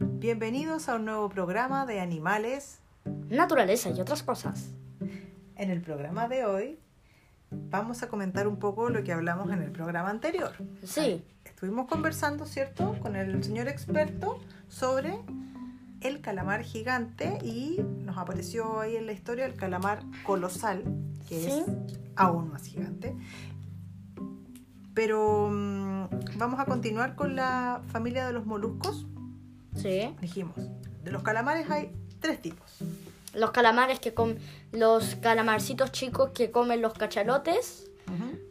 Bienvenidos a un nuevo programa de animales. Naturaleza y otras cosas. En el programa de hoy vamos a comentar un poco lo que hablamos en el programa anterior. Sí, Estuvimos conversando, ¿cierto?, con el señor experto sobre el calamar gigante y nos apareció ahí en la historia el calamar colosal, que es Sí. aún más gigante. Pero mm, vamos a continuar con la familia de los moluscos. sí. Dijimos, de los calamares hay tres tipos. Los calamares que comen, los calamarcitos chicos que comen los cachalotes,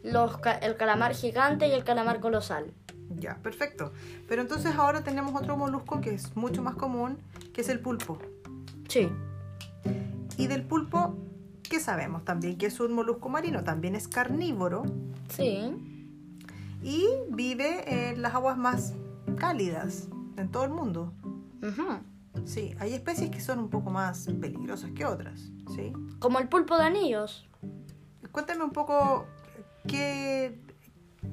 los ca- el calamar gigante y el calamar colosal. Ya, perfecto. Pero entonces ahora tenemos otro molusco que es mucho más común, que es el pulpo. Sí. Y del pulpo, ¿qué sabemos? También que es un molusco marino, también es carnívoro Sí. y vive en las aguas más cálidas en todo el mundo. Ujú. Sí, hay especies que son un poco más peligrosas que otras, ¿sí? Como el pulpo de anillos. Cuéntame un poco qué,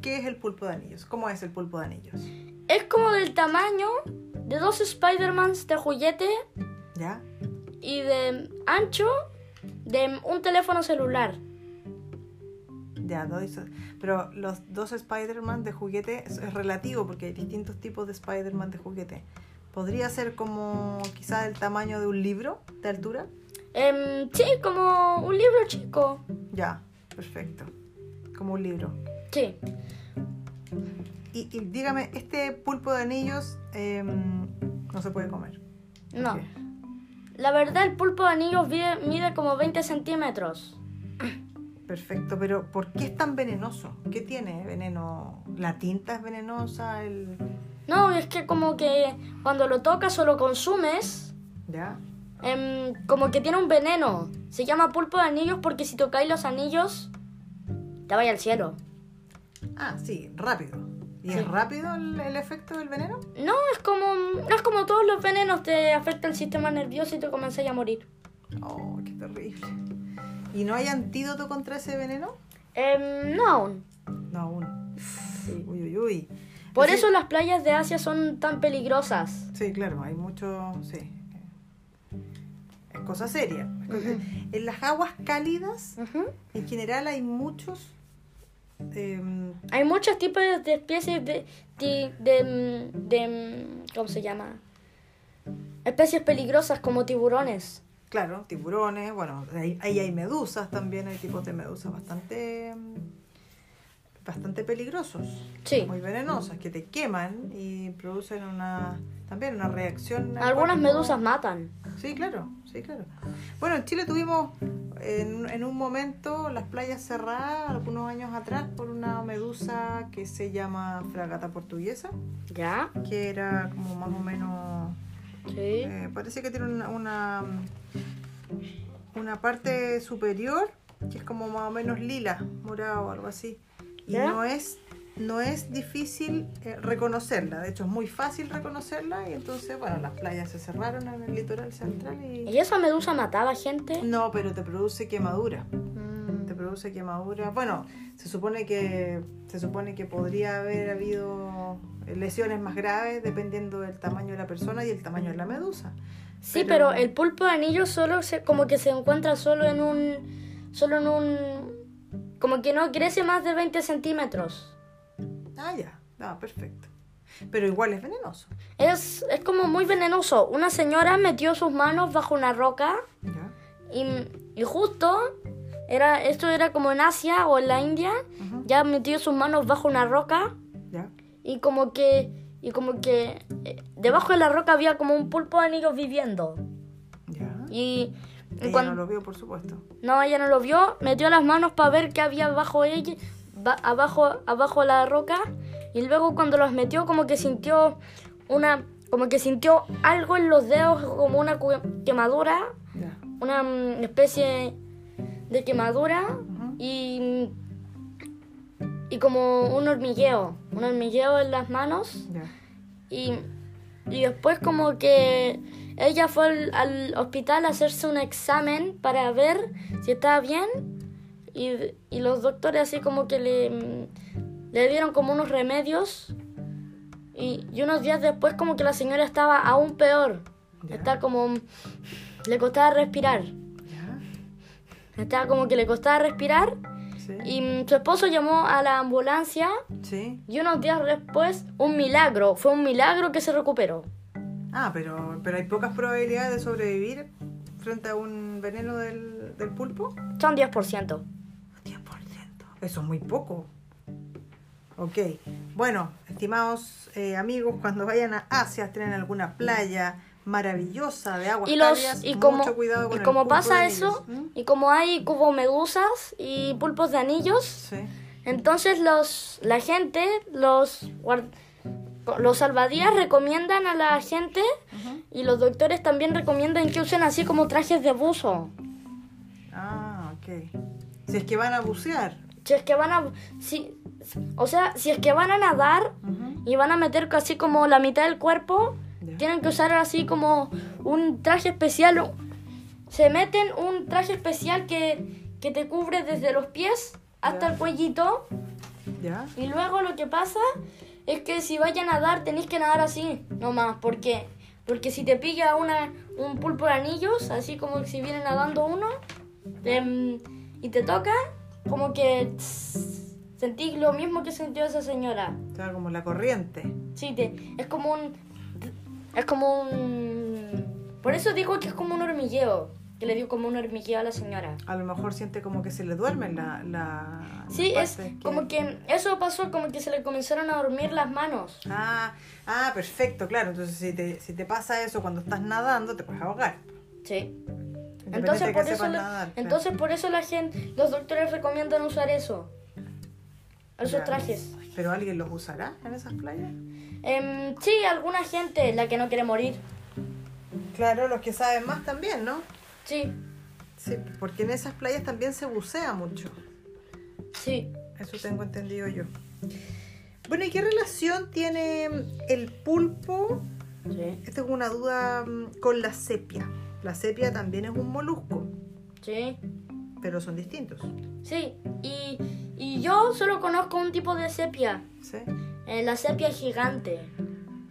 qué es el pulpo de anillos, cómo es el pulpo de anillos, Es como del tamaño de dos Spider-Mans de juguete ¿ya? y de ancho de un teléfono celular. Ya, dos- pero los dos Spider-Man de juguete es, es relativo porque hay distintos tipos de Spider-Man de juguete. ¿Podría ser como quizá el tamaño de un libro de altura? Em, sí, como un libro chico. Ya, perfecto. Como un libro. Sí. Y, y dígame, este pulpo de anillos em, no se puede comer. No. Ok. La verdad, el pulpo de anillos mide, mide como 20 centímetros. Perfecto, pero ¿por qué es tan venenoso? ¿Qué tiene veneno? ¿La tinta es venenosa? El... No, es que como que cuando lo tocas o lo consumes, ¿Ya? em, como que tiene un veneno. Se llama pulpo de anillos porque si tocáis los anillos, te vais al cielo. Ah, sí, rápido. ¿Y Sí. es rápido el- el efecto del veneno? No, es como, no es como todos los venenos, te afecta el sistema nervioso y te comenzáis a morir. Oh, qué terrible. ¿Y no hay antídoto contra ese veneno? Em, no aún. No, aún. Uy, uy, uy. Por Sí, eso las playas de Asia son tan peligrosas. Sí, claro, hay mucho. Sí. Es cosa seria. Es cosa- Ujú. En las aguas cálidas, Ujú. en general, hay muchos. em, Hay muchos tipos de especies de, de, de- de- ¿Cómo se llama? Especies peligrosas como tiburones. claro, tiburones, bueno, ahí, ahí hay medusas también, hay tipos de medusas bastante. em, bastante peligrosos. Sí. Muy venenosas, que te queman y producen una. también una reacción. al Algunas cuerpo. medusas matan. Sí, claro, sí, claro. Bueno, en Chile tuvimos en, en un momento las playas cerradas, algunos años atrás, por una medusa que se llama fragata portuguesa, ¿Ya? que era como más o menos, Sí. eh, parece que tiene una, una, una parte superior que es como más o menos lila, morado o algo así. Y ¿Ya? no es, no es difícil eh, reconocerla, de hecho es muy fácil reconocerla y entonces, bueno, las playas se cerraron en el litoral central y... ¿Y esa medusa mataba gente? No, pero te produce quemadura. Mm, Te produce quemadura. Bueno, se supone que se supone que podría haber habido lesiones más graves dependiendo del tamaño de la persona y el tamaño de la medusa. Sí, pero- pero el pulpo de anillo solo se, como que se encuentra solo en un... Solo en un... Como que no crece más de 20 centímetros. Ah, ya. Ah, perfecto. Pero igual es venenoso. Es, es como muy venenoso. Una señora metió sus manos bajo una roca ¿Ya? Y, y justo, era, esto era como en Asia o en la India, Ujú. ya metió sus manos bajo una roca ¿Ya? y como que, y como que eh, debajo de la roca había como un pulpo de anillos viviendo. ¿Ya? Y, y Ella cuando no lo vio, por supuesto. no, ella no lo vio, metió las manos para ver qué había bajo ella, ba- abajo, abajo de la roca y luego cuando las metió como que sintió una, como que sintió algo en los dedos, como una cu- quemadura Ya. una mm, especie de quemadura Ujú. y, y como un hormigueo, un hormigueo en las manos Ya. y, y después como que ella fue al, al hospital a hacerse un examen para ver si estaba bien y, y los doctores así como que le, mm, le dieron como unos remedios Y, y unos días después como que la señora estaba aún peor. Ya. Estaba como... Le costaba respirar. ¿Ya? Estaba como que le costaba respirar. ¿Sí? Y mm, su esposo llamó a la ambulancia ¿Sí? y unos días después un milagro. Fue un milagro que se recuperó. Ah, pero, pero hay pocas probabilidades de sobrevivir frente a un veneno del, del pulpo. Son 10%. 10%. Eso es muy poco. Ok. Bueno, estimados eh, amigos, cuando vayan a Asia, tienen alguna playa maravillosa de aguas Y los cálidas, y mucho como cuidado con y el como pulpo pasa de ¿eh? eso ellos, ¿Mm? ¿m? y como hay cubo medusas y pulpos de anillos, Sí. entonces los la gente los guar- los salvadías recomiendan a la gente y los doctores también recomiendan que usen así como trajes de buzo. Ah, ok. Si es que van a bucear. Si es que van a si o sea, si es que van a nadar y van a meter así como la mitad del cuerpo, Ya. tienen que usar así como un traje especial. Se meten un traje especial que, que te cubre desde los pies hasta Ya. el cuellito. ¿Ya? Y luego lo que pasa es que si vayan a nadar, tenéis que nadar así, nomás. porque Porque si te pilla una, un pulpo de anillos, así como si viene nadando uno, em, y te toca, como que tss, sentís lo mismo que sintió esa señora. O sea, como la corriente. Sí, te- es como un. Es como un. Por eso digo que es como un hormigueo. Que le dio como un hormigueo a la señora. A lo mejor siente como que se le duerme la... la Sí, la es parte como que. Eso pasó, como que se le comenzaron a dormir las manos. Ah, ah, perfecto, claro. Entonces, si te, si te pasa eso cuando estás nadando, te puedes ahogar. Sí. Independiente Entonces de por, que eso sepas la- nadar, claro. entonces por eso la gente. Los doctores recomiendan usar eso. Esos Ya. trajes. ¿Pero alguien los usará en esas playas? Em, sí, alguna gente, la que no quiere morir. Claro, los que saben más también, ¿no? Sí, Sí, porque en esas playas también se bucea mucho. sí. Eso tengo entendido yo. Bueno, ¿y qué relación tiene mm, el pulpo? Sí. Esta es una duda mm, con la sepia. La sepia también es un molusco, Sí. pero son distintos. Sí, y, y yo solo conozco un tipo de sepia, ¿Sí? eh, la sepia gigante,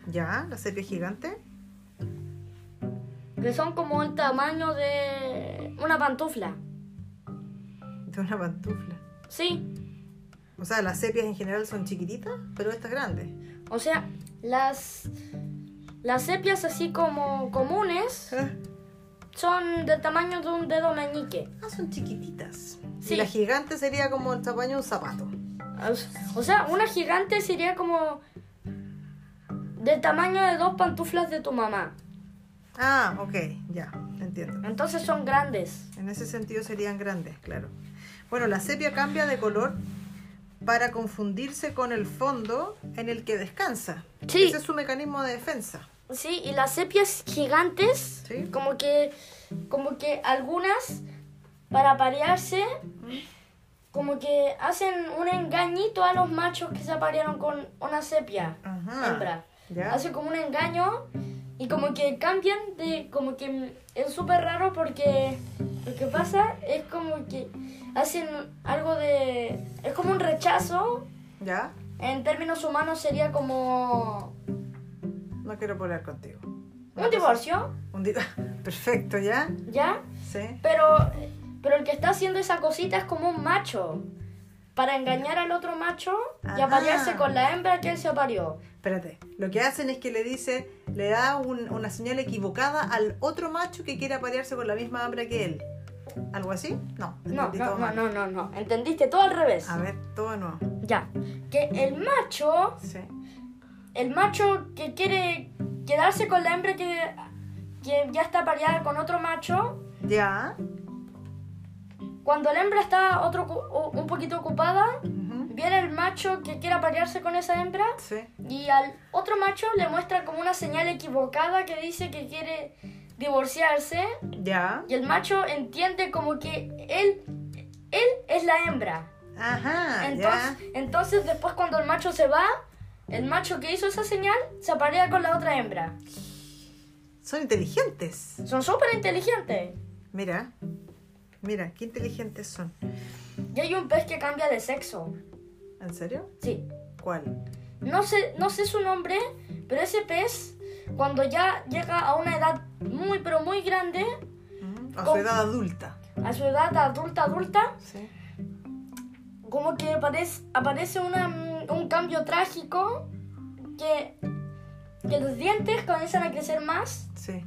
¿Ya? ¿La sepia gigante? que son como el tamaño de una pantufla. De una pantufla. Sí, O sea, las sepias en general son chiquititas, pero esta es grande. o sea, las, las sepias así como comunes Ah, son del tamaño de un dedo meñique. son chiquititas. Sí. Y la gigante sería como el tamaño de un zapato. O- O sea, una gigante sería como del tamaño de dos pantuflas de tu mamá. Ah, ok, ya, entiendo. Entonces son grandes. En ese sentido serían grandes, claro. Bueno, la sepia cambia de color para confundirse con el fondo en el que descansa. Sí. Ese es su mecanismo de defensa. Sí, y las sepias gigantes, Sí. como que, como que algunas para parearse, como que hacen un engañito a los machos que se aparearon con una sepia Ajá. hembra. Ya. Hacen como un engaño y como que cambian de, como que es súper raro porque lo que pasa es como que hacen algo de, es como un rechazo. ¿Ya? En términos humanos sería como No quiero poner contigo. un divorcio, Un di- Perfecto, ¿ya? ¿ya? Sí. Pero, pero el que está haciendo esa cosita es como un macho. Para engañar al otro macho y Ajá. aparearse con la hembra que él se apareó. Espérate, lo que hacen es que le dice, le da un- una señal equivocada al otro macho que quiere aparearse con la misma hembra que él. ¿Algo así? No, No, entendí todo no, no, mal. no, no, no. Entendiste todo al revés. A ver, todo no. Ya. Que el macho, Sí. el macho que quiere quedarse con la hembra que, que ya está apareada con otro macho, Ya. cuando la hembra está otro, cu- u- un poquito ocupada, Ujú. viene el macho que quiere aparearse con esa hembra Sí. Y al otro macho le muestra como una señal equivocada que dice que quiere divorciarse. Ya. Y el macho entiende como que él, él es la hembra. Ajá. Entonces, entonces después cuando el macho se va, el macho que hizo esa señal se aparea con la otra hembra. ya. Son inteligentes. Son súper inteligentes. Mira. Mira, qué inteligentes son. Y hay un pez que cambia de sexo. ¿En serio? Sí. ¿Cuál? No sé, no sé su nombre, pero ese pez, cuando ya llega a una edad muy, pero muy grande, Ujú. A su Con- edad adulta. a su edad adulta, adulta, Sí. como que aparece, aparece una, mm, un cambio trágico que, que los dientes comienzan a crecer más Sí.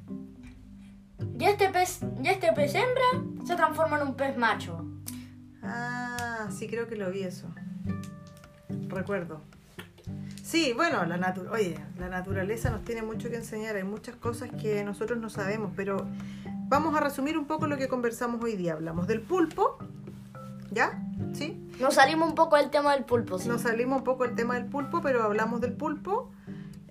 y este pez, y este pez hembra se transforma en un pez macho. Ah, sí, creo que lo vi eso. Recuerdo. Sí, bueno, la natu- oye, la naturaleza nos tiene mucho que enseñar, hay muchas cosas que nosotros no sabemos, pero vamos a resumir un poco lo que conversamos hoy día. Hablamos del pulpo, ¿ya? ¿Sí? Nos salimos un poco del tema del pulpo, sí. Nos salimos un poco del tema del pulpo, pero hablamos del pulpo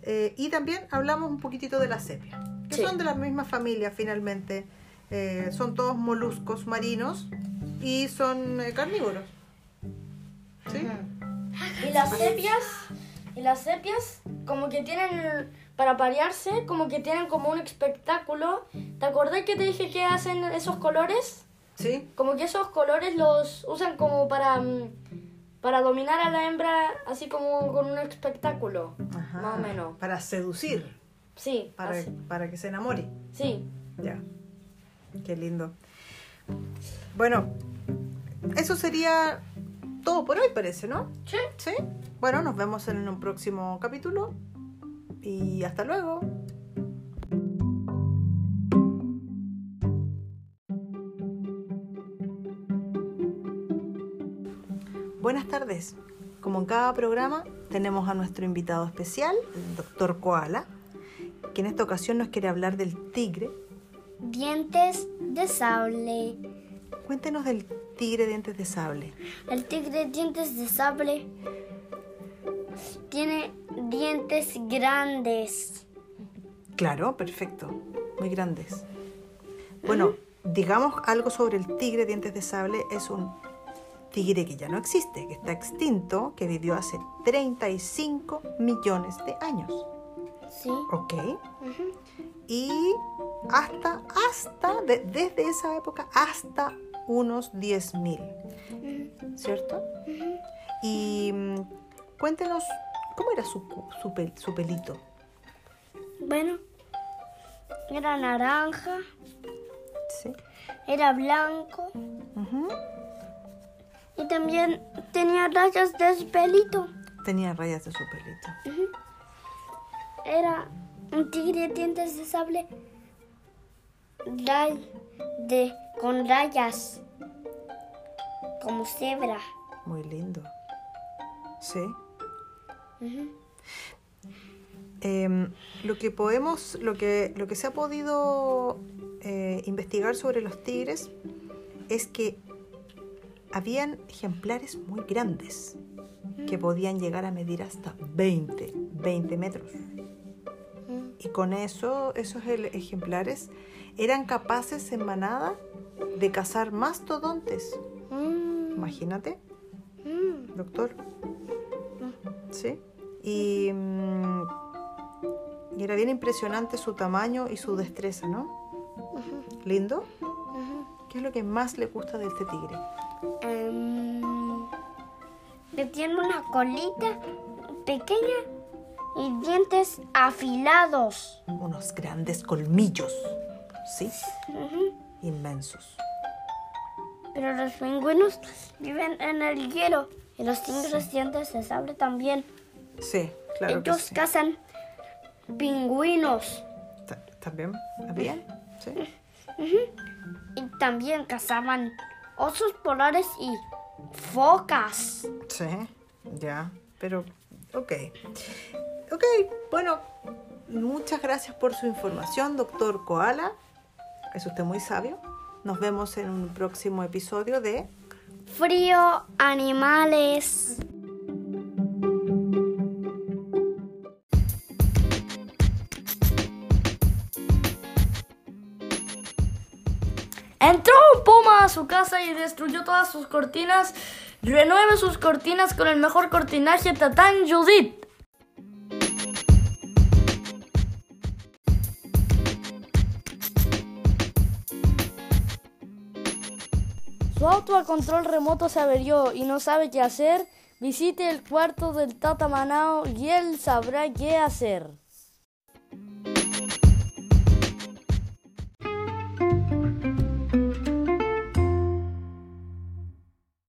eh, y también hablamos un poquitito de la sepia, que Sí. son de la misma familia finalmente. Eh, son todos moluscos marinos y son eh, carnívoros. ¿Sí? Ujú. Y las sepias, y las sepias como que tienen para parearse, como que tienen como un espectáculo. ¿Te acordás que te dije que hacen esos colores? Sí. Como que esos colores los usan como para mm, para dominar a la hembra así como con un espectáculo, Ajá. más o menos. Ah, Para seducir, Sí, para, así. para que se enamore. sí. Ya. Qué lindo. Bueno, eso sería todo por hoy, parece, ¿no? Sí. Sí. Bueno, nos vemos en un próximo capítulo. Y hasta luego. Buenas tardes. Como en cada programa, tenemos a nuestro invitado especial, el doctor Koala, que en esta ocasión nos quiere hablar del tigre. Dientes de sable. Cuéntenos del tigre dientes de sable. El tigre dientes de sable tiene dientes grandes. Claro, perfecto. Muy grandes. Bueno, digamos algo sobre el tigre dientes de sable. Es un tigre que ya no existe, que está extinto, que vivió hace 35 millones de años. Sí. ¿Ok? Y hasta, hasta, de- desde esa época hasta unos 10.000, ¿cierto? Y mm, cuéntenos, ¿cómo era su, su pel- su pelito? Bueno, era naranja, ¿Sí? era blanco Ujú. y también tenía rayas de su pelito. Tenía rayas de su pelito. Era un tigre dientes de sable ray- de, con rayas como cebra. Muy lindo. Sí. Ujú. Em, lo que podemos, lo que, lo que se ha podido eh, investigar sobre los tigres es que habían ejemplares muy grandes que podían llegar a medir hasta 20, 20 metros. Mm, Y con eso, esos el- ejemplares eran capaces en manada de cazar mastodontes. Mm, Imagínate. mm. doctor. Sí. Y, mm, y era bien impresionante su tamaño y su destreza, ¿no? Lindo. ¿Qué es lo que más le gusta de este tigre? Em, que tiene una colita pequeña y dientes afilados. Unos grandes colmillos, ¿sí? Inmensos. Pero los pingüinos viven en el hielo y los tigres dientes de sable también. Sí, claro. que Ellos sí. cazan pingüinos Ta- ¿También? ¿Había? Sí. y también cazaban osos polares y focas. Sí, ya, pero ok. Ok, bueno, muchas gracias por su información, doctor Koala. Es usted muy sabio. Nos vemos en un próximo episodio de... Frío, animales. Entró un puma a su casa y destruyó todas sus cortinas. Renueve sus cortinas con el mejor cortinaje Tatán Judith. Su auto a control remoto se averió y no sabe qué hacer. Visite el cuarto del Tata Manao y él sabrá qué hacer.